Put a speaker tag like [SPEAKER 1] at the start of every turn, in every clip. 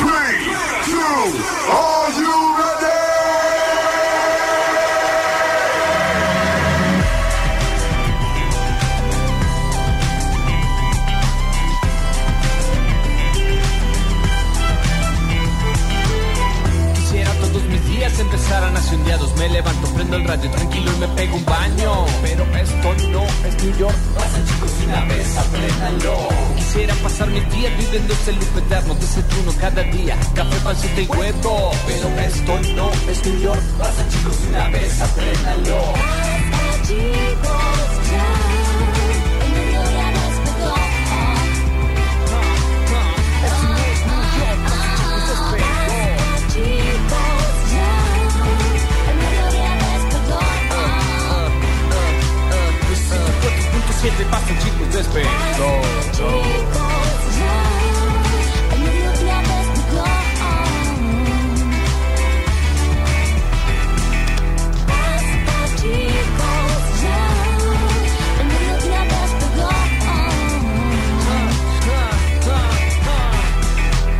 [SPEAKER 1] three, two. Are you ready?
[SPEAKER 2] Quisiera todos mis días empezaran así un día dos Me levanto, prendo el radio tranquilo y me pego un baño Pero esto no es New York Pasa chicos una vez, apréndalo Quisiera pasar mis días viviendo ese loop eterno Desayuno cada día, café, pancita y huevo Pero esto no es New York Pasa chicos una vez, Eh, apréndalo eh, Siete pasen chicos despegó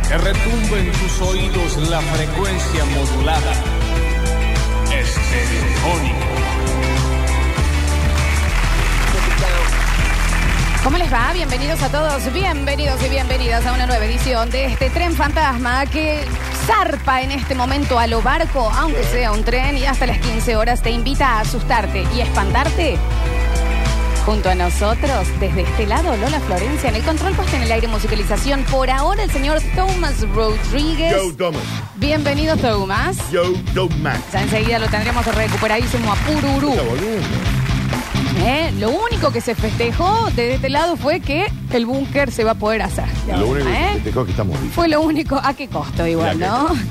[SPEAKER 2] Que retumbe en tus oídos la frecuencia modulada estereofónica
[SPEAKER 3] ¿Cómo les va? Bienvenidos a todos, bienvenidos y bienvenidas a una nueva edición de este tren fantasma que zarpa en este momento a lo barco, aunque sea un tren, y hasta las 15 horas te invita a asustarte y espantarte. Junto a nosotros, desde este lado, Lola Florencia, en el control puesto en el aire musicalización, por ahora el señor Thomas Rodríguez.
[SPEAKER 4] Yo, Thomas.
[SPEAKER 3] Bienvenido, Thomas.
[SPEAKER 4] Yo, Thomas.
[SPEAKER 3] Ya enseguida lo tendremos recuperadísimo a Pururú.
[SPEAKER 4] Está volviendo.
[SPEAKER 3] ¿eh? Lo único que se festejó desde este lado fue que el búnker se va a poder hacer.
[SPEAKER 4] Lo único que
[SPEAKER 3] ¿Eh?
[SPEAKER 4] se festejó es que estamos vivos.
[SPEAKER 3] Fue lo único. ¿A qué costo igual,
[SPEAKER 4] Ya que-
[SPEAKER 3] no?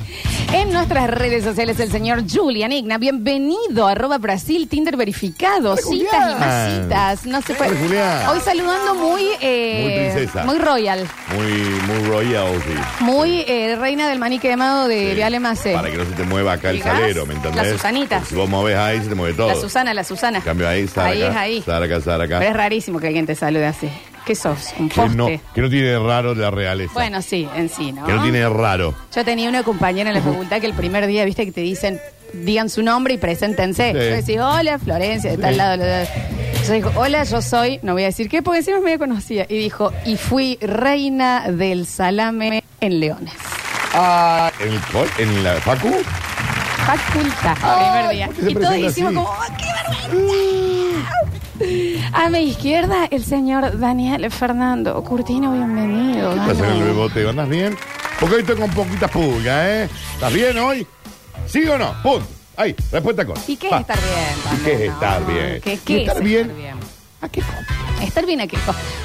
[SPEAKER 3] En nuestras redes sociales, el señor Julian Igna. Bienvenido. Arroba Brasil, Tinder verificado.
[SPEAKER 4] Hola,
[SPEAKER 3] citas
[SPEAKER 4] Julián.
[SPEAKER 3] y más citas. No se puede.
[SPEAKER 4] Hola, Julián.
[SPEAKER 3] Hoy saludando muy... eh,
[SPEAKER 4] Muy princesa.
[SPEAKER 3] muy royal.
[SPEAKER 4] Muy, muy royal, sí.
[SPEAKER 3] Muy eh, reina del maní quemado de
[SPEAKER 4] Sí.
[SPEAKER 3] Eh, Viale Macé.
[SPEAKER 4] Para que no se te mueva acá el
[SPEAKER 3] Llegás,
[SPEAKER 4] salero, ¿me
[SPEAKER 3] la
[SPEAKER 4] entendés?
[SPEAKER 3] Susanita.
[SPEAKER 4] Porque Si vos movés ahí, se te mueve todo.
[SPEAKER 3] La Susana, la Susana.
[SPEAKER 4] En cambio ahí, Sara
[SPEAKER 3] Ahí
[SPEAKER 4] acá.
[SPEAKER 3] es ahí.
[SPEAKER 4] Sara acá, Sara acá.
[SPEAKER 3] Pero es rarísimo que alguien te salude así. ¿Qué sos? ¿Un
[SPEAKER 4] Que
[SPEAKER 3] poste?
[SPEAKER 4] no, que no tiene de raro de la realeza.
[SPEAKER 3] Bueno, sí, en sí, ¿no?
[SPEAKER 4] Que no tiene de raro.
[SPEAKER 3] Yo tenía una compañera en la facultad que el primer día, viste, que te dicen, digan su nombre y preséntense.
[SPEAKER 4] Sí.
[SPEAKER 3] Yo decía, hola, Florencia, de tal
[SPEAKER 4] Sí.
[SPEAKER 3] lado. bla, bla. Yo dijo, hola, yo soy, no voy a decir qué, porque encima me conocía. Y dijo, y fui reina del salame en Leones.
[SPEAKER 4] Ah, ¿en, el col- ¿En la facu?
[SPEAKER 3] Facultad, primer día.
[SPEAKER 4] ¿por qué Ah, se
[SPEAKER 3] Y todos
[SPEAKER 4] presenta
[SPEAKER 3] hicimos
[SPEAKER 4] así?
[SPEAKER 3] como, ¡oh, qué vergüenza! A mi izquierda, el señor Daniel Fernando Curtino, bienvenido.
[SPEAKER 4] ¿Qué pasa en el
[SPEAKER 3] Dani.
[SPEAKER 4] beboteo? ¿Andas bien? Porque hoy estoy con poquitas pulgas, ¿eh? ¿Estás bien hoy? ¿Sí o no? Punto. Ahí, respuesta con.
[SPEAKER 3] ¿Y qué es
[SPEAKER 4] Pa.
[SPEAKER 3] estar bien?
[SPEAKER 4] ¿Y qué
[SPEAKER 3] Daniel?
[SPEAKER 4] es estar
[SPEAKER 3] No,
[SPEAKER 4] bien?
[SPEAKER 3] ¿Qué,
[SPEAKER 4] ¿Y
[SPEAKER 3] qué
[SPEAKER 4] estar
[SPEAKER 3] es
[SPEAKER 4] bien?
[SPEAKER 3] estar bien?
[SPEAKER 4] ¿A qué costo?
[SPEAKER 3] Estar bien aquí.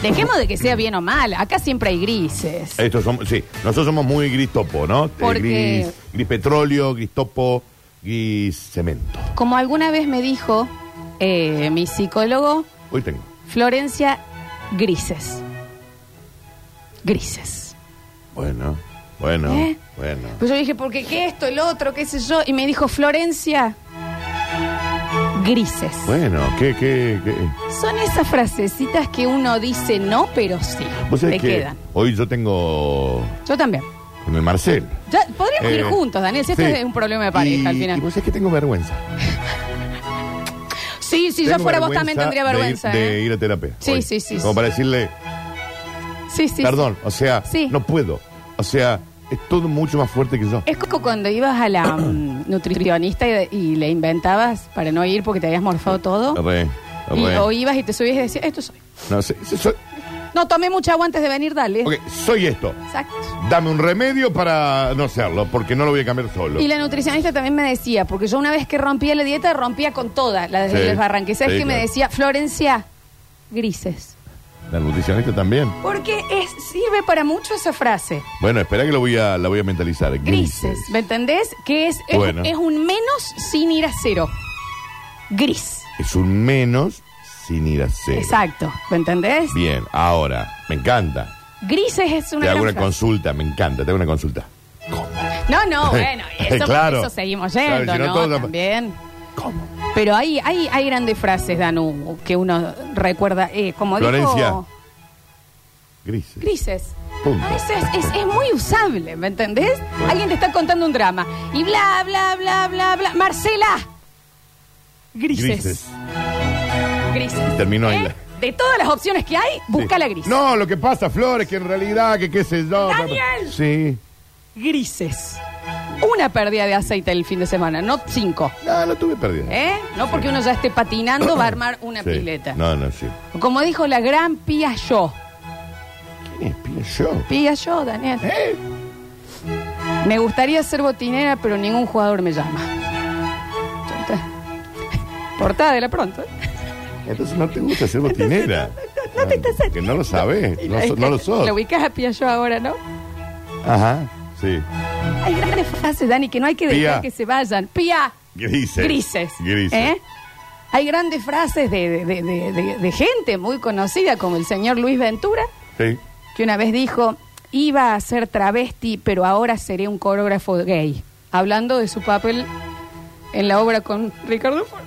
[SPEAKER 3] Dejemos de que sea bien o mal. Acá siempre hay grises.
[SPEAKER 4] Estos somos, sí, nosotros somos muy gris topo, ¿no? Eh,
[SPEAKER 3] Porque-
[SPEAKER 4] gris, gris petróleo, gris topo, gris cemento.
[SPEAKER 3] Como alguna vez me dijo eh, mi psicólogo,
[SPEAKER 4] Hoy tengo.
[SPEAKER 3] Florencia, grises. Grises.
[SPEAKER 4] Bueno, bueno,
[SPEAKER 3] ¿Eh?
[SPEAKER 4] bueno.
[SPEAKER 3] Pues yo dije, ¿por qué qué esto, el otro, qué sé yo? Y me dijo, Florencia, grises.
[SPEAKER 4] Bueno, ¿qué, qué, qué?
[SPEAKER 3] Son esas frasecitas que uno dice no, pero sí.
[SPEAKER 4] Vos
[SPEAKER 3] Te
[SPEAKER 4] sabés que
[SPEAKER 3] quedan.
[SPEAKER 4] hoy yo tengo
[SPEAKER 3] Yo también.
[SPEAKER 4] con el Marcel.
[SPEAKER 3] Ya, podríamos ir
[SPEAKER 4] Eh,
[SPEAKER 3] juntos, Daniel, si esto
[SPEAKER 4] sí.
[SPEAKER 3] es un problema de pareja
[SPEAKER 4] Y-
[SPEAKER 3] al final.
[SPEAKER 4] Y vos sabés que tengo vergüenza.
[SPEAKER 3] Sí, si yo
[SPEAKER 4] Tengo
[SPEAKER 3] fuera vos
[SPEAKER 4] vergüenza
[SPEAKER 3] también tendría
[SPEAKER 4] de ir-
[SPEAKER 3] vergüenza.
[SPEAKER 4] De ir,
[SPEAKER 3] ¿eh?
[SPEAKER 4] a terapia.
[SPEAKER 3] Sí,
[SPEAKER 4] hoy.
[SPEAKER 3] sí, sí,
[SPEAKER 4] Como
[SPEAKER 3] sí.
[SPEAKER 4] para decirle,
[SPEAKER 3] Sí, sí.
[SPEAKER 4] perdón, o sea,
[SPEAKER 3] Sí.
[SPEAKER 4] no puedo. O sea, es todo mucho más fuerte que yo.
[SPEAKER 3] sí. Es como cuando ibas a la mm, nutricionista y, y le inventabas para no ir porque te habías morfado todo.
[SPEAKER 4] Re,
[SPEAKER 3] ¿Eh? Y,
[SPEAKER 4] re.
[SPEAKER 3] o ibas y te subías y decías, esto soy.
[SPEAKER 4] No sé, soy,
[SPEAKER 3] No, tomé mucha agua antes de venir, dale.
[SPEAKER 4] ok, soy esto.
[SPEAKER 3] Exacto.
[SPEAKER 4] Dame un remedio para no serlo, porque no lo voy a cambiar solo.
[SPEAKER 3] Y la nutricionista también me decía, porque yo una vez que rompía la dieta, rompía con toda la
[SPEAKER 4] Sí.
[SPEAKER 3] de los barranques. ¿Sabes
[SPEAKER 4] Sí,
[SPEAKER 3] qué me
[SPEAKER 4] claro.
[SPEAKER 3] decía? Florencia, grises.
[SPEAKER 4] La nutricionista también.
[SPEAKER 3] Porque es, sirve para mucho esa frase.
[SPEAKER 4] Bueno, espera que lo voy a, la voy a mentalizar.
[SPEAKER 3] grises. ¿Me entendés? Que es, es,
[SPEAKER 4] Bueno.
[SPEAKER 3] es un menos sin ir a cero. Gris.
[SPEAKER 4] Es un menos sin ir a cero.
[SPEAKER 3] Exacto. ¿Me entendés?
[SPEAKER 4] Bien, ahora, me encanta.
[SPEAKER 3] Grises es una
[SPEAKER 4] te
[SPEAKER 3] gran
[SPEAKER 4] hago una
[SPEAKER 3] frase.
[SPEAKER 4] consulta, me encanta, te hago una consulta. ¿Cómo?
[SPEAKER 3] No, no, bueno, eso, por
[SPEAKER 4] Claro.
[SPEAKER 3] eso seguimos
[SPEAKER 4] Claro,
[SPEAKER 3] yendo,
[SPEAKER 4] si no,
[SPEAKER 3] ¿no?
[SPEAKER 4] todos-
[SPEAKER 3] También.
[SPEAKER 4] ¿Cómo?
[SPEAKER 3] Pero hay, hay, hay grandes frases, Danu, que uno recuerda. Eh, como
[SPEAKER 4] Florencia.
[SPEAKER 3] dijo
[SPEAKER 4] Grises.
[SPEAKER 3] grises.
[SPEAKER 4] Punto.
[SPEAKER 3] A veces es, es muy usable, ¿me entendés? Alguien te está contando un drama. Y bla, bla, bla, bla, bla. Marcela. Grises.
[SPEAKER 4] Grises.
[SPEAKER 3] Grises.
[SPEAKER 4] Terminó ahí
[SPEAKER 3] ¿Eh?
[SPEAKER 4] la-
[SPEAKER 3] De todas las opciones que hay, busca
[SPEAKER 4] Sí.
[SPEAKER 3] la gris.
[SPEAKER 4] No, lo que pasa, Flores, que en realidad, que qué sé yo.
[SPEAKER 3] Daniel.
[SPEAKER 4] Sí.
[SPEAKER 3] Grises. Una pérdida de aceite el fin de semana, no cinco.
[SPEAKER 4] No, lo tuve perdido.
[SPEAKER 3] ¿Eh? No porque uno ya esté patinando, va a armar una
[SPEAKER 4] Sí.
[SPEAKER 3] pileta.
[SPEAKER 4] No, no, sí.
[SPEAKER 3] Como dijo la gran Pía Yo.
[SPEAKER 4] ¿Quién es Pia Shaw?
[SPEAKER 3] Pía Yo, Daniel.
[SPEAKER 4] ¿Eh?
[SPEAKER 3] Me gustaría ser botinera, pero ningún jugador me llama. Portada de la pronto. ¿eh?
[SPEAKER 4] Entonces no te gusta ser botinera.
[SPEAKER 3] no te estás
[SPEAKER 4] Que no lo sabes. No, so- no lo sos.
[SPEAKER 3] Lo ubicás a Pía Yo ahora, ¿no?
[SPEAKER 4] Ajá. Sí.
[SPEAKER 3] Hay grandes frases, Dani, que no hay que dejar
[SPEAKER 4] Pía.
[SPEAKER 3] que se vayan. Pía.
[SPEAKER 4] Grises.
[SPEAKER 3] Grises.
[SPEAKER 4] Grises.
[SPEAKER 3] ¿Eh? Hay grandes frases de, de- de- de- de gente muy conocida, como el señor Luis Ventura,
[SPEAKER 4] Sí.
[SPEAKER 3] que una vez dijo, iba a ser travesti, pero ahora seré un coreógrafo gay. Hablando de su papel en la obra con Ricardo Ford.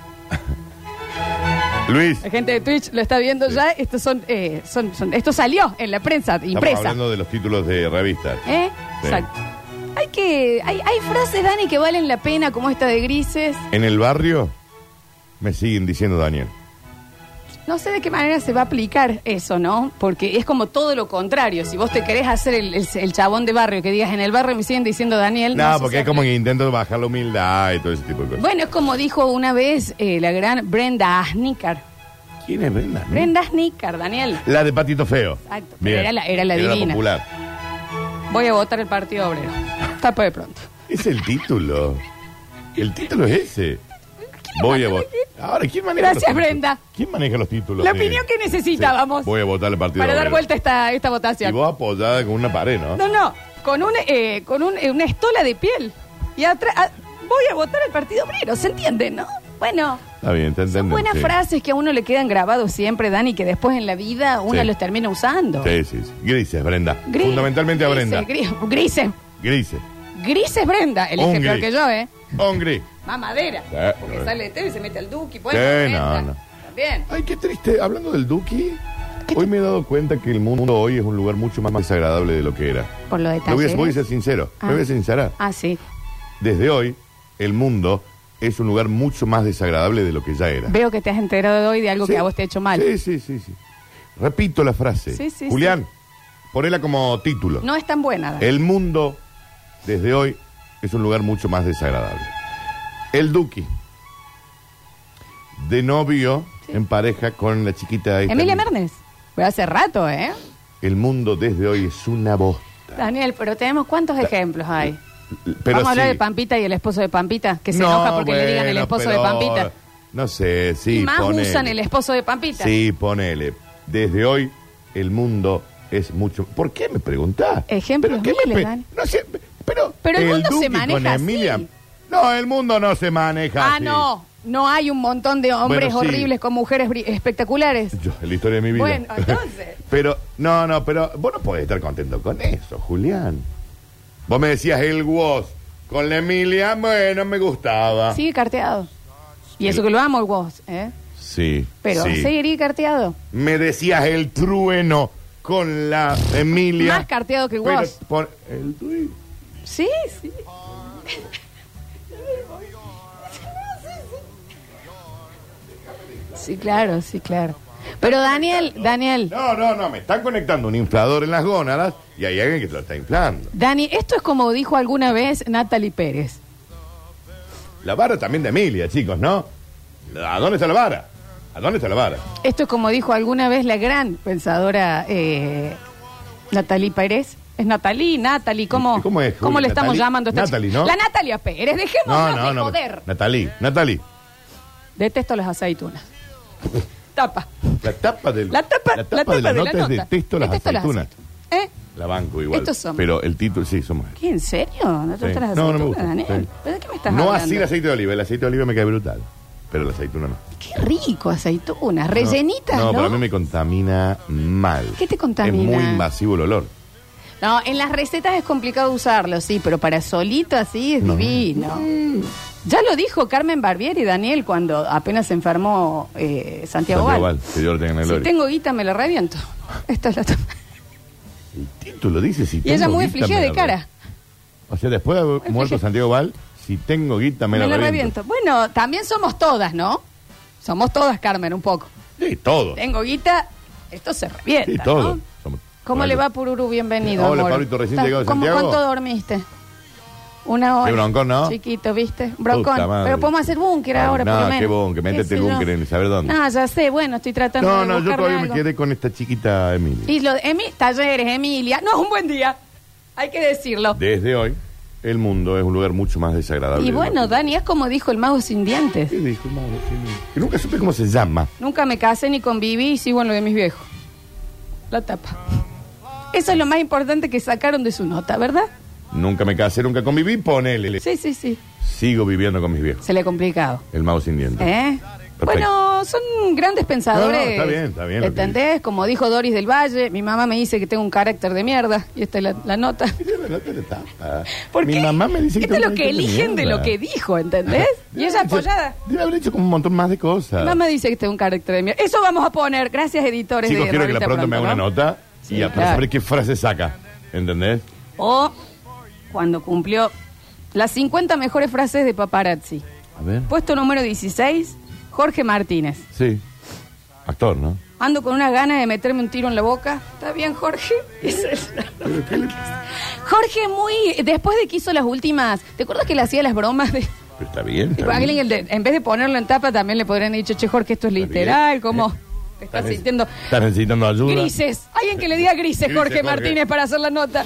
[SPEAKER 4] Luis.
[SPEAKER 3] La gente de Twitch lo está viendo ya. Estos son, eh, son- son- esto salió en la prensa
[SPEAKER 4] Estamos
[SPEAKER 3] impresa.
[SPEAKER 4] hablando de los títulos de revistas.
[SPEAKER 3] ¿Eh?
[SPEAKER 4] Sí.
[SPEAKER 3] Exacto. Hay que. Hay, hay frases, Dani, que valen la pena, como esta de grises.
[SPEAKER 4] En el barrio me siguen diciendo Daniel.
[SPEAKER 3] No sé de qué manera se va a aplicar eso, ¿no? Porque es como todo lo contrario. Si vos te querés hacer el, el- el chabón de barrio que digas en el barrio me siguen diciendo Daniel.
[SPEAKER 4] No,
[SPEAKER 3] sé
[SPEAKER 4] porque
[SPEAKER 3] si
[SPEAKER 4] es como
[SPEAKER 3] aplica.
[SPEAKER 4] que intento bajar la humildad y todo ese tipo de cosas.
[SPEAKER 3] Bueno, es como dijo una vez eh, la gran Brenda Asnicar.
[SPEAKER 4] Mm. ¿Quién es Brenda?
[SPEAKER 3] Brenda Asnicar, Daniel.
[SPEAKER 4] La de Patito Feo.
[SPEAKER 3] Exacto, pero
[SPEAKER 4] Bien.
[SPEAKER 3] era la- era la divina.
[SPEAKER 4] popular.
[SPEAKER 3] Voy a votar el Partido Obrero. Tapa de pronto.
[SPEAKER 4] Es el título. El título es ese.
[SPEAKER 3] ¿Quién lo
[SPEAKER 4] Voy a
[SPEAKER 3] mandó
[SPEAKER 4] votar.
[SPEAKER 3] aquí?
[SPEAKER 4] Ahora, ¿quién maneja
[SPEAKER 3] Gracias,
[SPEAKER 4] los títulos?
[SPEAKER 3] Brenda.
[SPEAKER 4] ¿Quién maneja los títulos?
[SPEAKER 3] La
[SPEAKER 4] de-
[SPEAKER 3] opinión que necesitábamos.
[SPEAKER 4] Voy a votar el partido.
[SPEAKER 3] Para dar
[SPEAKER 4] Obrero.
[SPEAKER 3] vuelta a esta, esta
[SPEAKER 4] Y
[SPEAKER 3] votación.
[SPEAKER 4] vos apoyada con una pared, ¿no?
[SPEAKER 3] No, no, con, un, eh, con un- eh, una estola de piel. Y atrás, ah, voy a votar al Partido Obrero, ¿se entiende, no? Bueno,
[SPEAKER 4] Está bien, te
[SPEAKER 3] son
[SPEAKER 4] entiendo.
[SPEAKER 3] buenas
[SPEAKER 4] sí.
[SPEAKER 3] frases que a uno le quedan grabados siempre, Dani, que después en la vida uno
[SPEAKER 4] Sí.
[SPEAKER 3] los termina usando.
[SPEAKER 4] Sí, sí, sí. Grises, Brenda.
[SPEAKER 3] Gris-
[SPEAKER 4] Fundamentalmente a
[SPEAKER 3] grises,
[SPEAKER 4] Brenda.
[SPEAKER 3] gris- grises,
[SPEAKER 4] Grises.
[SPEAKER 3] grises Brenda, el
[SPEAKER 4] Un
[SPEAKER 3] peor
[SPEAKER 4] gris.
[SPEAKER 3] que yo, ¿eh?
[SPEAKER 4] Un gris.
[SPEAKER 3] Mamadera,
[SPEAKER 4] Sí,
[SPEAKER 3] porque
[SPEAKER 4] bueno.
[SPEAKER 3] sale de TV y se mete al Duki, bueno,
[SPEAKER 4] Sí, no,
[SPEAKER 3] Brenda,
[SPEAKER 4] no.
[SPEAKER 3] también.
[SPEAKER 4] Ay, qué triste. Hablando del Duki, hoy me he dado cuenta que el mundo hoy es un lugar mucho más desagradable de lo que era.
[SPEAKER 3] Por lo de
[SPEAKER 4] Lo voy a, voy a
[SPEAKER 3] Talleres.
[SPEAKER 4] ser sincero.
[SPEAKER 3] Ah.
[SPEAKER 4] Me voy a sincerar.
[SPEAKER 3] Ah, sí.
[SPEAKER 4] Desde hoy, el mundo es un lugar mucho más desagradable de lo que ya era.
[SPEAKER 3] Veo que te has enterado hoy de algo
[SPEAKER 4] Sí.
[SPEAKER 3] que a vos te ha hecho mal.
[SPEAKER 4] Sí, sí, sí. sí. Repito la frase.
[SPEAKER 3] Sí, sí,
[SPEAKER 4] Julián, ponela como título.
[SPEAKER 3] No es tan buena, Dani.
[SPEAKER 4] El mundo, desde hoy, es un lugar mucho más desagradable. El Duki, de novio, en pareja con la chiquita... esta.
[SPEAKER 3] Emilia Mernes, pero hace rato, ¿eh?
[SPEAKER 4] El mundo desde hoy es una voz.
[SPEAKER 3] Daniel, pero tenemos cuántos ejemplos hay.
[SPEAKER 4] Pero
[SPEAKER 3] Vamos a hablar
[SPEAKER 4] sí.
[SPEAKER 3] de Pampita y el esposo de Pampita, que se enoja porque le digan el
[SPEAKER 4] bueno,
[SPEAKER 3] esposo de
[SPEAKER 4] pero-
[SPEAKER 3] Pampita.
[SPEAKER 4] No sé, sí.
[SPEAKER 3] y más
[SPEAKER 4] ponele.
[SPEAKER 3] usan el esposo de Pampita.
[SPEAKER 4] Sí, ponele. Desde hoy, el mundo es mucho. ¿Por qué me preguntás?
[SPEAKER 3] Ejemplos
[SPEAKER 4] ¿Pero qué me
[SPEAKER 3] miles,
[SPEAKER 4] pe-
[SPEAKER 3] Dan.
[SPEAKER 4] No sé, pero.
[SPEAKER 3] Pero el mundo se
[SPEAKER 4] Duque
[SPEAKER 3] maneja
[SPEAKER 4] con
[SPEAKER 3] así.
[SPEAKER 4] Emilia- No, el mundo no se maneja
[SPEAKER 3] Ah,
[SPEAKER 4] así.
[SPEAKER 3] no, no hay un montón de hombres
[SPEAKER 4] Bueno, sí.
[SPEAKER 3] horribles con mujeres bri- espectaculares.
[SPEAKER 4] Yo, la historia de mi vida.
[SPEAKER 3] Bueno, entonces.
[SPEAKER 4] pero, no, no, pero vos no podés estar contento con eso, Julián. Vos me decías el Woz con la Emilia, bueno, me gustaba.
[SPEAKER 3] Sigue carteado. Y eso que lo amo el vos, ¿eh?
[SPEAKER 4] Sí.
[SPEAKER 3] Pero
[SPEAKER 4] sí.
[SPEAKER 3] seguiría carteado.
[SPEAKER 4] Me decías el trueno con la Emilia.
[SPEAKER 3] Más carteado que
[SPEAKER 4] Pero
[SPEAKER 3] vos.
[SPEAKER 4] por- el trueno.
[SPEAKER 3] Sí, sí. Sí, claro, sí, claro. Pero Daniel, Daniel,
[SPEAKER 4] No, no, no, me están conectando un inflador en las gónadas y hay alguien que te lo está inflando.
[SPEAKER 3] Dani, esto es como dijo alguna vez Natalie Pérez.
[SPEAKER 4] La vara también de Emilia, chicos, ¿no? ¿A dónde está la vara? ¿A dónde está la vara?
[SPEAKER 3] Esto es como dijo alguna vez la gran pensadora eh, Natalie Pérez. Es Natalie, Natalie, ¿cómo,
[SPEAKER 4] ¿Y cómo es, Juli?
[SPEAKER 3] le estamos
[SPEAKER 4] Natalie-
[SPEAKER 3] llamando a esta
[SPEAKER 4] Natalie,
[SPEAKER 3] chica?
[SPEAKER 4] ¿no?
[SPEAKER 3] La Natalia Pérez, dejémonos de joder.
[SPEAKER 4] Natalí, Natalí.
[SPEAKER 3] Detesto las aceitunas. Tapa.
[SPEAKER 4] La tapa del.
[SPEAKER 3] La tapa,
[SPEAKER 4] la tapa de la nota es detesto las aceitunas.
[SPEAKER 3] aceitunas. ¿Eh?
[SPEAKER 4] La banco igual.
[SPEAKER 3] Estos somos.
[SPEAKER 4] Pero el título, sí, somos.
[SPEAKER 3] ¿Qué, en serio? ¿No te
[SPEAKER 4] Sí.
[SPEAKER 3] gustan las
[SPEAKER 4] No,
[SPEAKER 3] aceitunas,
[SPEAKER 4] no me gusta.
[SPEAKER 3] Daniel?
[SPEAKER 4] sí.
[SPEAKER 3] ¿Pero de qué me estás
[SPEAKER 4] no
[SPEAKER 3] hablando?
[SPEAKER 4] así el aceite de oliva. El aceite de oliva me cae brutal. Pero el aceituna no.
[SPEAKER 3] Qué rico aceitunas, rellenitas, ¿no?
[SPEAKER 4] No, para mí me contamina mal.
[SPEAKER 3] ¿Qué te contamina?
[SPEAKER 4] Es muy invasivo el olor.
[SPEAKER 3] No, en las recetas es complicado usarlo, sí, pero para solito así es
[SPEAKER 4] No.
[SPEAKER 3] divino. Ya lo dijo Carmen Barbieri, Daniel, cuando apenas se enfermó eh, Santiago
[SPEAKER 4] Santiago
[SPEAKER 3] Val.
[SPEAKER 4] Val, que yo lo tenga en el
[SPEAKER 3] Si
[SPEAKER 4] lore.
[SPEAKER 3] tengo guita, me la reviento. Esta es la toma.
[SPEAKER 4] El título dice si
[SPEAKER 3] Y ella
[SPEAKER 4] tengo
[SPEAKER 3] muy
[SPEAKER 4] guita,
[SPEAKER 3] afligida
[SPEAKER 4] me
[SPEAKER 3] de
[SPEAKER 4] la
[SPEAKER 3] cara.
[SPEAKER 4] reviento. O sea, después de haber
[SPEAKER 3] Muy
[SPEAKER 4] muerto
[SPEAKER 3] afligida.
[SPEAKER 4] Santiago Val, si tengo guita, me,
[SPEAKER 3] Me, la
[SPEAKER 4] la
[SPEAKER 3] reviento. Bueno, también somos todas, ¿no? Somos todas, Carmen, un poco.
[SPEAKER 4] Sí, todo.
[SPEAKER 3] Tengo guita, esto se revienta.
[SPEAKER 4] Sí, todo.
[SPEAKER 3] ¿no?
[SPEAKER 4] Somos-
[SPEAKER 3] ¿Cómo
[SPEAKER 4] Bueno,
[SPEAKER 3] le va, Pururu? Bienvenido.
[SPEAKER 4] Eh, hola,
[SPEAKER 3] amor.
[SPEAKER 4] Pablito, recién
[SPEAKER 3] ¿Estás-
[SPEAKER 4] llegado de
[SPEAKER 3] cómo-
[SPEAKER 4] Santiago?
[SPEAKER 3] ¿Cuánto dormiste? Una hora.
[SPEAKER 4] Qué broncón, ¿no?
[SPEAKER 3] Chiquito, ¿viste? Broncón.
[SPEAKER 4] Puta madre.
[SPEAKER 3] Pero podemos hacer búnker
[SPEAKER 4] Ah,
[SPEAKER 3] ahora,
[SPEAKER 4] no,
[SPEAKER 3] por lo
[SPEAKER 4] qué
[SPEAKER 3] menos.
[SPEAKER 4] búnker,
[SPEAKER 3] ¿Qué
[SPEAKER 4] métete
[SPEAKER 3] sé
[SPEAKER 4] el búnker
[SPEAKER 3] yo?
[SPEAKER 4] en saber dónde.
[SPEAKER 3] No, ya sé, bueno, estoy tratando
[SPEAKER 4] No,
[SPEAKER 3] de
[SPEAKER 4] no, yo
[SPEAKER 3] buscarme
[SPEAKER 4] todavía
[SPEAKER 3] algo.
[SPEAKER 4] me quedé con esta chiquita Emilia.
[SPEAKER 3] Y lo de Emi, talleres, Emilia. No, es un buen día. Hay que decirlo.
[SPEAKER 4] Desde hoy, el mundo es un lugar mucho más desagradable.
[SPEAKER 3] y bueno, Dani, es como dijo el mago sin dientes.
[SPEAKER 4] ¿Qué dijo, madre? ¿Qué dijo? Que nunca supe cómo se llama.
[SPEAKER 3] Nunca me casé ni conviví y sigo en lo de mis viejos. La tapa. Eso es lo más importante que sacaron de su nota, ¿verdad?
[SPEAKER 4] Nunca me casé, nunca conviví, ponele.
[SPEAKER 3] Sí, sí, sí.
[SPEAKER 4] Sigo viviendo con mis viejos.
[SPEAKER 3] Se le ha complicado.
[SPEAKER 4] El mago sin dientes.
[SPEAKER 3] ¿Eh?
[SPEAKER 4] Perfecto.
[SPEAKER 3] Bueno, son grandes pensadores.
[SPEAKER 4] No, no, está bien, está bien lo que
[SPEAKER 3] ¿Entendés? Como dijo Doris del Valle, mi mamá me dice que tengo un carácter de mierda. Y esta es la, la nota.
[SPEAKER 4] Mira, no te le tapa.
[SPEAKER 3] ¿Por
[SPEAKER 4] Mi
[SPEAKER 3] qué?
[SPEAKER 4] mamá me dice que
[SPEAKER 3] Esto es
[SPEAKER 4] tengo
[SPEAKER 3] lo
[SPEAKER 4] que
[SPEAKER 3] que
[SPEAKER 4] hacer
[SPEAKER 3] eligen de
[SPEAKER 4] mierda.
[SPEAKER 3] lo que dijo, ¿entendés? y ella
[SPEAKER 4] Debe haber hecho-
[SPEAKER 3] apoyada.
[SPEAKER 4] Debe haber hecho como un montón más de cosas.
[SPEAKER 3] Mi Mamá dice que tengo un carácter de mierda. Eso vamos a poner. Gracias, editores
[SPEAKER 4] Chicos,
[SPEAKER 3] de
[SPEAKER 4] quiero que la
[SPEAKER 3] Revista
[SPEAKER 4] pronto, me haga una
[SPEAKER 3] ¿no?
[SPEAKER 4] nota
[SPEAKER 3] Sí, Ah.
[SPEAKER 4] y a- para
[SPEAKER 3] claro.
[SPEAKER 4] saber qué frase saca. ¿Entendés?
[SPEAKER 3] O cuando cumplió las 50 mejores frases de paparazzi.
[SPEAKER 4] A ver.
[SPEAKER 3] Puesto número 16, Jorge Martínez.
[SPEAKER 4] Sí. Actor, ¿no?
[SPEAKER 3] Ando con una gana de meterme un tiro en la boca. ¿Está bien, Jorge? Es el- Jorge, muy. Después de que hizo las últimas. ¿Te acuerdas que le hacía las bromas de.?
[SPEAKER 4] Pero está bien.
[SPEAKER 3] Y
[SPEAKER 4] está
[SPEAKER 3] con
[SPEAKER 4] bien.
[SPEAKER 3] alguien, el de- en vez de ponerlo en tapa, también le podrían dicho, che, Jorge, esto es
[SPEAKER 4] Está bien.
[SPEAKER 3] literal, como te estás
[SPEAKER 4] Estás
[SPEAKER 3] sintiendo.
[SPEAKER 4] Estás necesitando ayuda.
[SPEAKER 3] Grises. Alguien que le diga grises,
[SPEAKER 4] Grises,
[SPEAKER 3] Jorge
[SPEAKER 4] Jorge.
[SPEAKER 3] Martínez, para hacer la nota.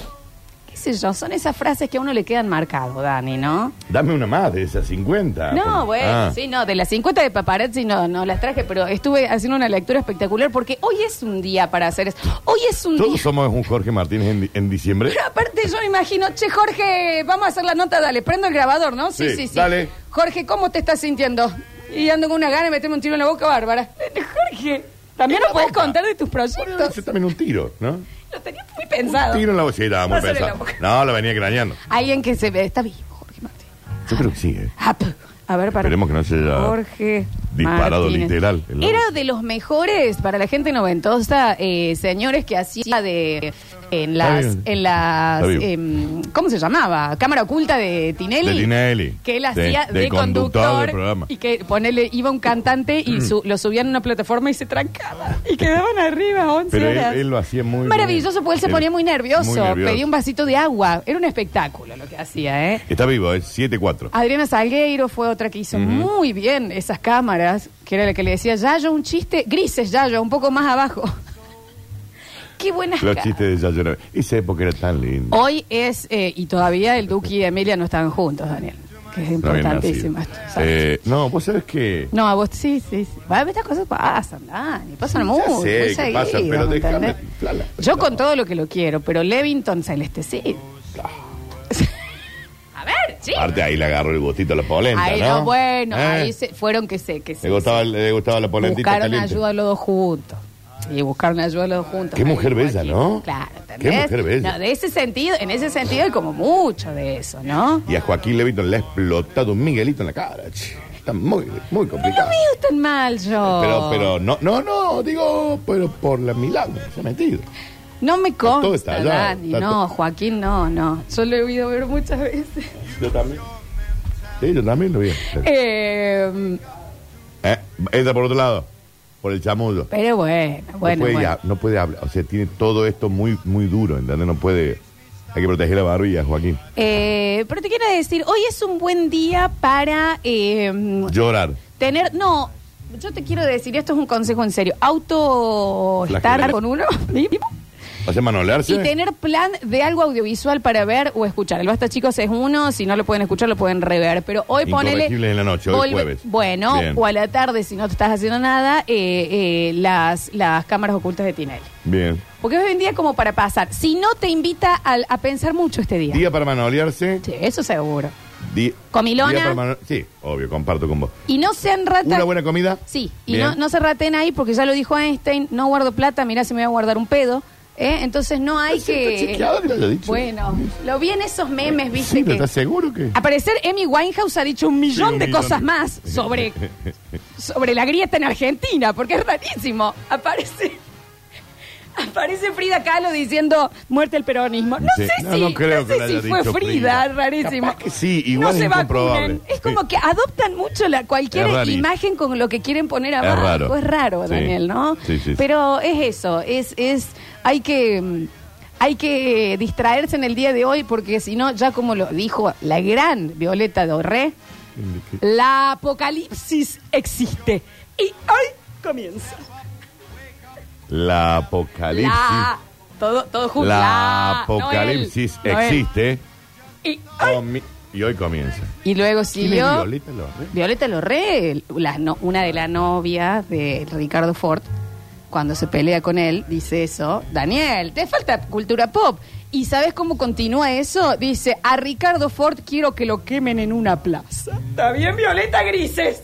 [SPEAKER 3] ¿Qué sé yo? Son esas frases que a uno le quedan marcado, Dani, ¿no?
[SPEAKER 4] Dame una más de esas 50.
[SPEAKER 3] No,
[SPEAKER 4] Por-
[SPEAKER 3] bueno,
[SPEAKER 4] Ah.
[SPEAKER 3] sí, no, de las 50 de paparazzi no, no las traje, pero estuve haciendo una lectura espectacular porque hoy es un día para hacer esto. Hoy es un
[SPEAKER 4] Todos
[SPEAKER 3] día.
[SPEAKER 4] somos un Jorge Martínez en, di- en diciembre.
[SPEAKER 3] Pero aparte yo me imagino, che, Jorge, vamos a hacer la nota, dale, prendo el grabador, ¿no? Sí, sí,
[SPEAKER 4] Sí,
[SPEAKER 3] sí.
[SPEAKER 4] dale.
[SPEAKER 3] Jorge, ¿cómo te estás sintiendo? Y ando con una gana de meterme un tiro en la boca, Bárbara. Eh, Jorge, también nos puedes contar de tus
[SPEAKER 4] Podría ser
[SPEAKER 3] proyectos.
[SPEAKER 4] también un tiro, ¿no?
[SPEAKER 3] Lo tenías muy pensado.
[SPEAKER 4] Tiro en la bocina, vamos a
[SPEAKER 3] Pásale
[SPEAKER 4] pensar.
[SPEAKER 3] la boca.
[SPEAKER 4] No, la venía craneando.
[SPEAKER 3] Alguien que se ve, está vivo, Jorge Martínez.
[SPEAKER 4] Yo creo que sí, ¿eh?
[SPEAKER 3] Ap. A ver, para.
[SPEAKER 4] Esperemos que no se haya
[SPEAKER 3] Jorge.
[SPEAKER 4] disparado literal en la
[SPEAKER 3] Era
[SPEAKER 4] voz.
[SPEAKER 3] de los mejores para la gente noventosa, eh, señores que hacía de. En las.
[SPEAKER 4] Está bien.
[SPEAKER 3] En las
[SPEAKER 4] Está bien.
[SPEAKER 3] em, ¿Cómo se llamaba? Cámara oculta de Tinelli.
[SPEAKER 4] De Tinelli.
[SPEAKER 3] Que él
[SPEAKER 4] Sí,
[SPEAKER 3] hacía de,
[SPEAKER 4] de
[SPEAKER 3] conductor.
[SPEAKER 4] conductor del programa. Mm.
[SPEAKER 3] Y que ponele, iba un cantante y su- lo subían a una plataforma y se trancaba. Y quedaban arriba 11
[SPEAKER 4] Pero él,
[SPEAKER 3] horas.
[SPEAKER 4] él lo hacía muy bien.
[SPEAKER 3] Maravilloso, porque él se ponía muy nervioso.
[SPEAKER 4] muy nervioso.
[SPEAKER 3] Pedía un vasito de agua. Era un espectáculo lo que hacía, ¿eh?
[SPEAKER 4] Está vivo, es 7-4.
[SPEAKER 3] Adriana Salgueiro fue otra que hizo muy bien esas cámaras, que era la que le decía Yayo un chiste, grises Yayo, un poco más abajo. Qué buenas
[SPEAKER 4] Los
[SPEAKER 3] ca-
[SPEAKER 4] chistes de Yayo Esa época era tan linda.
[SPEAKER 3] Hoy es, eh, y todavía el Duque y Emilia no están juntos, Daniel, que es
[SPEAKER 4] No había
[SPEAKER 3] importantísimo
[SPEAKER 4] nacido.
[SPEAKER 3] esto, ¿sabes?
[SPEAKER 4] Eh, no, vos sabés que.
[SPEAKER 3] No, a vos sí, sí, sí. Va, Estas cosas pasan, Dani, pasan
[SPEAKER 4] Ya
[SPEAKER 3] mucho. muy,
[SPEAKER 4] sé que
[SPEAKER 3] seguido,
[SPEAKER 4] pasan, pero
[SPEAKER 3] ¿me
[SPEAKER 4] déjame
[SPEAKER 3] entendés?
[SPEAKER 4] inflarla.
[SPEAKER 3] Yo con todo lo que lo quiero, pero Levington Celeste sí. a ver, chicos.
[SPEAKER 4] Aparte, ahí le agarró el gustito a la polenta.
[SPEAKER 3] Ahí
[SPEAKER 4] ¿no?
[SPEAKER 3] no, bueno,
[SPEAKER 4] ¿Eh?
[SPEAKER 3] ahí se, fueron que sé, que
[SPEAKER 4] Le
[SPEAKER 3] sí.
[SPEAKER 4] gustaba, le gustaba la polentita
[SPEAKER 3] Buscaron
[SPEAKER 4] caliente.
[SPEAKER 3] ayuda los dos juntos. Y buscaron ayuda los dos juntos.
[SPEAKER 4] Qué mujer bella, ¿no?
[SPEAKER 3] Claro,
[SPEAKER 4] Qué
[SPEAKER 3] ¿entendés?
[SPEAKER 4] mujer bella.
[SPEAKER 3] No, de ese sentido, en ese sentido hay como mucho de eso, ¿no?
[SPEAKER 4] Y a Joaquín Leviton le ha explotado un Miguelito en la cara. che. Está muy, muy
[SPEAKER 3] No
[SPEAKER 4] complicado.
[SPEAKER 3] me veo tan mal yo.
[SPEAKER 4] Pero, pero, no, no, no, digo, pero por la milagro, se ha metido.
[SPEAKER 3] No me consta,
[SPEAKER 4] todo estallado,
[SPEAKER 3] Dani.
[SPEAKER 4] está
[SPEAKER 3] No,
[SPEAKER 4] todo-
[SPEAKER 3] Joaquín, no, no. Yo lo he oído ver muchas veces.
[SPEAKER 4] Yo también. Sí, yo también lo vi.
[SPEAKER 3] Eh,
[SPEAKER 4] Eh, entra por otro lado, por el chamullo.
[SPEAKER 3] pero bueno, bueno,
[SPEAKER 4] no, puede,
[SPEAKER 3] bueno.
[SPEAKER 4] ya- no puede hablar, o sea, tiene todo esto muy, muy duro, ¿entendés? No puede. Hay que proteger la barbilla, Joaquín.
[SPEAKER 3] Eh, pero te quiero decir, hoy es un buen día para eh,
[SPEAKER 4] Llorar.
[SPEAKER 3] Tener, no, yo te quiero decir, esto es un consejo en serio, auto estar
[SPEAKER 4] Flagelar.
[SPEAKER 3] con uno mismo
[SPEAKER 4] O sea, manolearse.
[SPEAKER 3] y tener plan de algo audiovisual para ver o escuchar. El Basta Chicos es uno, si no lo pueden escuchar lo pueden rever, pero hoy ponele...
[SPEAKER 4] Incorregibles en la noche, hoy
[SPEAKER 3] volve-
[SPEAKER 4] jueves.
[SPEAKER 3] Bueno,
[SPEAKER 4] Bien.
[SPEAKER 3] o a la tarde, si no te estás haciendo nada, eh, eh, las, las cámaras ocultas de Tinelli.
[SPEAKER 4] Bien.
[SPEAKER 3] Porque hoy en día es como para pasar. Si no, te invita al- a, pensar mucho este día.
[SPEAKER 4] Día para manolearse.
[SPEAKER 3] Sí, eso seguro.
[SPEAKER 4] Di-
[SPEAKER 3] Comilona.
[SPEAKER 4] día para mano- sí, obvio, comparto con vos.
[SPEAKER 3] Y no sean ratas.
[SPEAKER 4] Una buena comida.
[SPEAKER 3] Sí, y
[SPEAKER 4] Bien.
[SPEAKER 3] no, no se raten ahí porque ya lo dijo Einstein, no guardo plata, mirá si me voy a guardar un pedo. ¿eh? Entonces no hay
[SPEAKER 4] Sí,
[SPEAKER 3] que...
[SPEAKER 4] está chequeado que lo haya dicho.
[SPEAKER 3] Bueno, lo vi en esos memes, viste
[SPEAKER 4] Sí, pero
[SPEAKER 3] que... Ah.
[SPEAKER 4] ¿estás seguro que...?
[SPEAKER 3] A parecer, Amy Winehouse ha dicho un millón
[SPEAKER 4] un
[SPEAKER 3] de
[SPEAKER 4] millón.
[SPEAKER 3] cosas más sobre, sobre la grieta en Argentina, porque es rarísimo. Aparece, aparece Frida Kahlo diciendo muerte al peronismo. No
[SPEAKER 4] Sí.
[SPEAKER 3] sé
[SPEAKER 4] No,
[SPEAKER 3] si,
[SPEAKER 4] no creo
[SPEAKER 3] sé
[SPEAKER 4] que lo haya
[SPEAKER 3] si fue
[SPEAKER 4] dicho
[SPEAKER 3] Frida,
[SPEAKER 4] Frida.
[SPEAKER 3] rarísimo.
[SPEAKER 4] Capaz que sí, igual es incomprobable.
[SPEAKER 3] vacunen. Es como que adoptan mucho la, cualquier
[SPEAKER 4] Es raro.
[SPEAKER 3] imagen con lo que quieren poner
[SPEAKER 4] Es
[SPEAKER 3] abajo.
[SPEAKER 4] raro.
[SPEAKER 3] Es raro,
[SPEAKER 4] Sí.
[SPEAKER 3] Daniel, ¿no?
[SPEAKER 4] Sí, sí, sí.
[SPEAKER 3] Pero es eso, es, es, hay que, mm, hay que distraerse en el día de hoy porque si no, ya como lo dijo la gran Violeta Dorré, la apocalipsis existe. Y hoy comienza.
[SPEAKER 4] La apocalipsis.
[SPEAKER 3] La, todo, todo junto.
[SPEAKER 4] La
[SPEAKER 3] Noel,
[SPEAKER 4] apocalipsis
[SPEAKER 3] Noel.
[SPEAKER 4] existe.
[SPEAKER 3] Y, hoy-
[SPEAKER 4] Comi- Y hoy comienza.
[SPEAKER 3] y luego
[SPEAKER 4] ¿Quién es
[SPEAKER 3] siguió
[SPEAKER 4] Violeta Lorre?
[SPEAKER 3] Violeta Lorré, la no- una de las novias de Ricardo Ford, cuando se pelea con él, dice eso. Daniel, te falta cultura pop. ¿Y sabes cómo continúa eso? Dice, a Ricardo Ford quiero que lo quemen en una plaza. Está bien, Violeta Grises.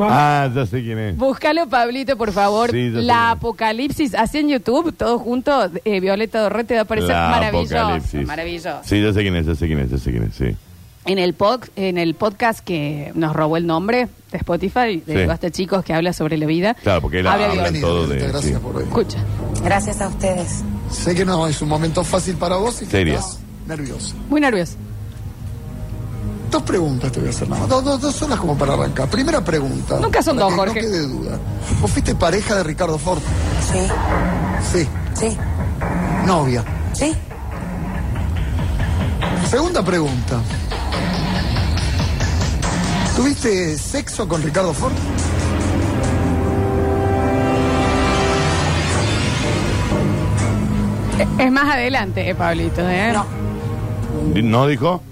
[SPEAKER 4] Ah, ya sé quién es.
[SPEAKER 3] Búscalo, Pablito, por favor.
[SPEAKER 4] Sí, yo
[SPEAKER 3] la
[SPEAKER 4] sé.
[SPEAKER 3] apocalipsis, así en YouTube, todo junto, eh, Violeta Dorré te va a parecer
[SPEAKER 4] La
[SPEAKER 3] maravilloso.
[SPEAKER 4] apocalipsis.
[SPEAKER 3] Maravilloso.
[SPEAKER 4] Sí, ya sé quién es, ya sé quién es, ya sé quién es, sí.
[SPEAKER 3] En el, pod- en el podcast que nos robó el nombre de Spotify, de
[SPEAKER 4] Sí.
[SPEAKER 3] Basta Chicos, que habla sobre la vida.
[SPEAKER 4] Claro, porque él
[SPEAKER 3] Habla
[SPEAKER 4] habla
[SPEAKER 3] bien.
[SPEAKER 4] todo de...
[SPEAKER 5] Gracias
[SPEAKER 4] sí.
[SPEAKER 5] por venir.
[SPEAKER 3] Escucha.
[SPEAKER 6] Gracias a ustedes.
[SPEAKER 5] Sé que no es un momento fácil para vos y que
[SPEAKER 4] Seria.
[SPEAKER 5] estás nervioso.
[SPEAKER 3] Muy nervioso.
[SPEAKER 5] Dos preguntas te voy a hacer nada más. Dos, dos, dos solas como para arrancar. Primera pregunta.
[SPEAKER 3] Nunca son
[SPEAKER 5] para
[SPEAKER 3] dos, Jorge.
[SPEAKER 5] que No quede duda. ¿Vos fuiste pareja de Ricardo Ford?
[SPEAKER 6] Sí,
[SPEAKER 5] Sí.
[SPEAKER 6] sí,
[SPEAKER 5] Novia.
[SPEAKER 6] sí.
[SPEAKER 5] Segunda pregunta. ¿Tuviste sexo con Ricardo Ford?
[SPEAKER 3] Eh, Es más adelante, eh, Pablito. ¿eh?
[SPEAKER 6] No,
[SPEAKER 4] ¿No dijo?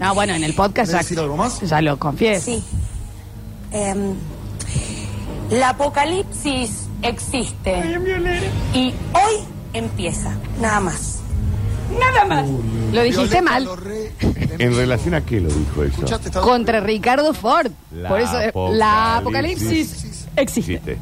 [SPEAKER 3] No, bueno, en el podcast ya,
[SPEAKER 5] ¿Querés decir algo más?
[SPEAKER 3] ya lo confieso.
[SPEAKER 6] sí. Em, la apocalipsis existe. Y hoy empieza. Nada más.
[SPEAKER 3] Nada más. Lo dijiste
[SPEAKER 5] Violeta
[SPEAKER 3] mal.
[SPEAKER 5] Lorre-
[SPEAKER 4] ¿En relación a qué lo dijo eso?
[SPEAKER 5] ¿Escuchaste esta-
[SPEAKER 3] Contra Ricardo Ford.
[SPEAKER 4] La
[SPEAKER 3] Por eso eh, la apocalipsis
[SPEAKER 5] apocalipsis
[SPEAKER 3] existe.
[SPEAKER 4] Existe.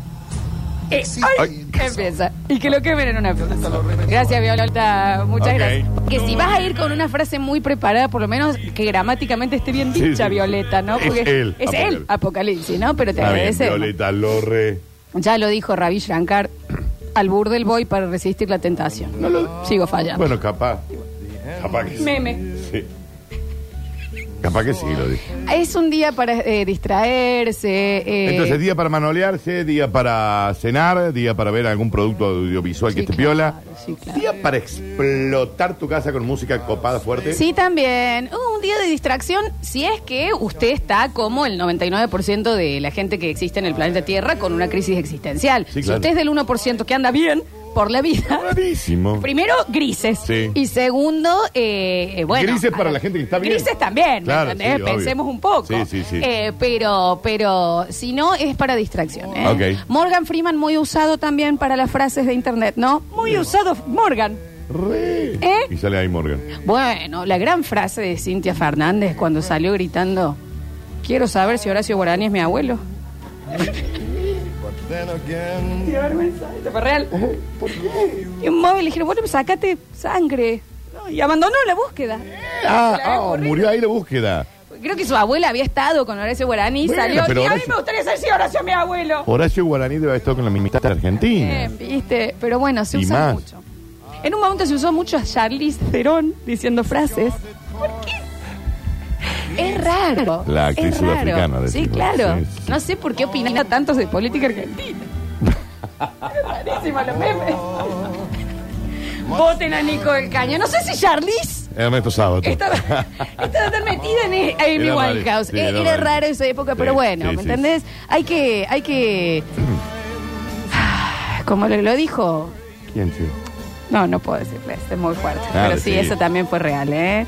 [SPEAKER 3] Eh,
[SPEAKER 5] Sí,
[SPEAKER 3] hoy
[SPEAKER 5] ay.
[SPEAKER 3] empieza. Y que lo quemen en una plaza. Gracias, Violeta. Muchas
[SPEAKER 4] Ok.
[SPEAKER 3] gracias. Que si vas a ir con una frase muy preparada, por lo menos que gramáticamente esté bien
[SPEAKER 4] Sí,
[SPEAKER 3] dicha,
[SPEAKER 4] sí.
[SPEAKER 3] Violeta, ¿no?
[SPEAKER 4] Es él,
[SPEAKER 3] Es él,
[SPEAKER 4] Apocalipsis.
[SPEAKER 3] Apocalipsis, ¿no? Pero te
[SPEAKER 4] Está bien,
[SPEAKER 3] agradece.
[SPEAKER 4] Violeta Lorre.
[SPEAKER 3] Ya lo dijo Ravi Shankar al burdel boy para resistir la tentación. Sigo fallando.
[SPEAKER 4] Bueno, capaz. Capaz que sí.
[SPEAKER 3] Meme.
[SPEAKER 4] Sí. Capaz que sí lo dijo.
[SPEAKER 3] Es un día para eh, distraerse. eh,
[SPEAKER 4] Entonces, día para manolearse, día para cenar, día para ver algún producto audiovisual
[SPEAKER 3] Sí,
[SPEAKER 4] que te
[SPEAKER 3] claro,
[SPEAKER 4] piola.
[SPEAKER 3] sí, claro.
[SPEAKER 4] Día para explotar tu casa con música copada fuerte.
[SPEAKER 3] Sí, también. Uh, un día de distracción si es que usted está como el 99% de la gente que existe en el planeta Tierra con una crisis existencial.
[SPEAKER 4] Sí,
[SPEAKER 3] Si
[SPEAKER 4] claro.
[SPEAKER 3] usted es del 1% que anda bien por la vida,
[SPEAKER 4] Buenísimo.
[SPEAKER 3] primero, grises.
[SPEAKER 4] Sí.
[SPEAKER 3] Y segundo, eh, eh, bueno.
[SPEAKER 4] Grises para
[SPEAKER 3] a-
[SPEAKER 4] la gente que está bien.
[SPEAKER 3] Grises también, ¿me
[SPEAKER 4] Claro,
[SPEAKER 3] entendés?
[SPEAKER 4] sí, obvio.
[SPEAKER 3] Pensemos un poco.
[SPEAKER 4] Sí, sí, sí.
[SPEAKER 3] Eh, pero, pero si no, es para distracción. ¿eh?
[SPEAKER 4] Ok.
[SPEAKER 3] Morgan Freeman, muy usado también para las frases de internet, ¿no? Muy usado, Morgan.
[SPEAKER 4] Re.
[SPEAKER 3] ¿Eh?
[SPEAKER 4] Y sale ahí Morgan.
[SPEAKER 3] Bueno, la gran frase de Cintia Fernández cuando salió gritando, quiero saber si Horacio Guarani es mi abuelo. Qué vergüenza, esto fue real. Y un móvil le dijeron, bueno, sacate sangre. No, Y abandonó la búsqueda.
[SPEAKER 4] Ah,
[SPEAKER 3] La había
[SPEAKER 4] ah,
[SPEAKER 3] corrido.
[SPEAKER 4] murió ahí la búsqueda.
[SPEAKER 3] Creo que su abuela había estado con Horacio Guarani y
[SPEAKER 4] Bueno,
[SPEAKER 3] salió.
[SPEAKER 4] pero
[SPEAKER 3] Y a mí
[SPEAKER 4] Horacio- Oh.
[SPEAKER 3] me gustaría saber si Horacio es mi abuelo.
[SPEAKER 4] Horacio Guaraní debe haber estado con la mitad de Argentina.
[SPEAKER 3] Bien, viste, pero bueno, se
[SPEAKER 4] Y
[SPEAKER 3] usa
[SPEAKER 4] más.
[SPEAKER 3] mucho. En un momento se usó mucho a Charlize Theron diciendo frases. ¿Por qué? Es raro.
[SPEAKER 4] La actriz
[SPEAKER 3] es raro.
[SPEAKER 4] sudafricana,
[SPEAKER 3] Sí,
[SPEAKER 4] decimos.
[SPEAKER 3] claro.
[SPEAKER 4] Sí, sí.
[SPEAKER 3] No sé por qué opinan tanto de política argentina. es rarísimo los memes. Voten a Nico del Caño. No sé si Charlize
[SPEAKER 4] Ernesto Sábato.
[SPEAKER 3] estaba, estaba tan metida en Amy
[SPEAKER 4] Era raro,
[SPEAKER 3] Winehouse.
[SPEAKER 4] sí,
[SPEAKER 3] Eh,
[SPEAKER 4] era
[SPEAKER 3] era
[SPEAKER 4] raro.
[SPEAKER 3] raro esa época, pero
[SPEAKER 4] Sí,
[SPEAKER 3] bueno,
[SPEAKER 4] sí,
[SPEAKER 3] ¿me
[SPEAKER 4] sí.
[SPEAKER 3] entendés? Hay que, hay que. ah, Como lo, lo dijo.
[SPEAKER 4] ¿Quién sí?
[SPEAKER 3] No, no puedo decirle, este es muy fuerte.
[SPEAKER 4] Claro,
[SPEAKER 3] pero sí,
[SPEAKER 4] sí.
[SPEAKER 3] eso también fue real, ¿eh?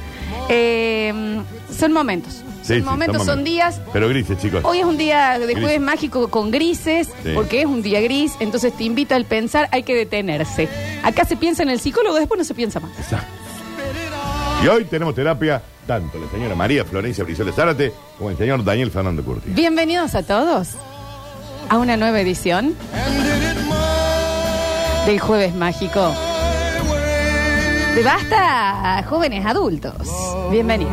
[SPEAKER 3] Eh, son momentos.
[SPEAKER 4] Sí, sí,
[SPEAKER 3] son momentos,
[SPEAKER 4] toma.
[SPEAKER 3] son días.
[SPEAKER 4] Pero grises, chicos.
[SPEAKER 3] Hoy es un día de jueves
[SPEAKER 4] Gris.
[SPEAKER 3] mágico con grises,
[SPEAKER 4] Sí.
[SPEAKER 3] porque es un día gris, entonces te invito al pensar, hay que detenerse. Acá se piensa en el psicólogo, después no se piensa más.
[SPEAKER 4] Y hoy tenemos terapia tanto la señora María Florencia Brizola Zárate como el señor Daniel Fernando Curti.
[SPEAKER 3] Bienvenidos a todos a una nueva edición del jueves mágico. De basta, jóvenes adultos. Bienvenidos.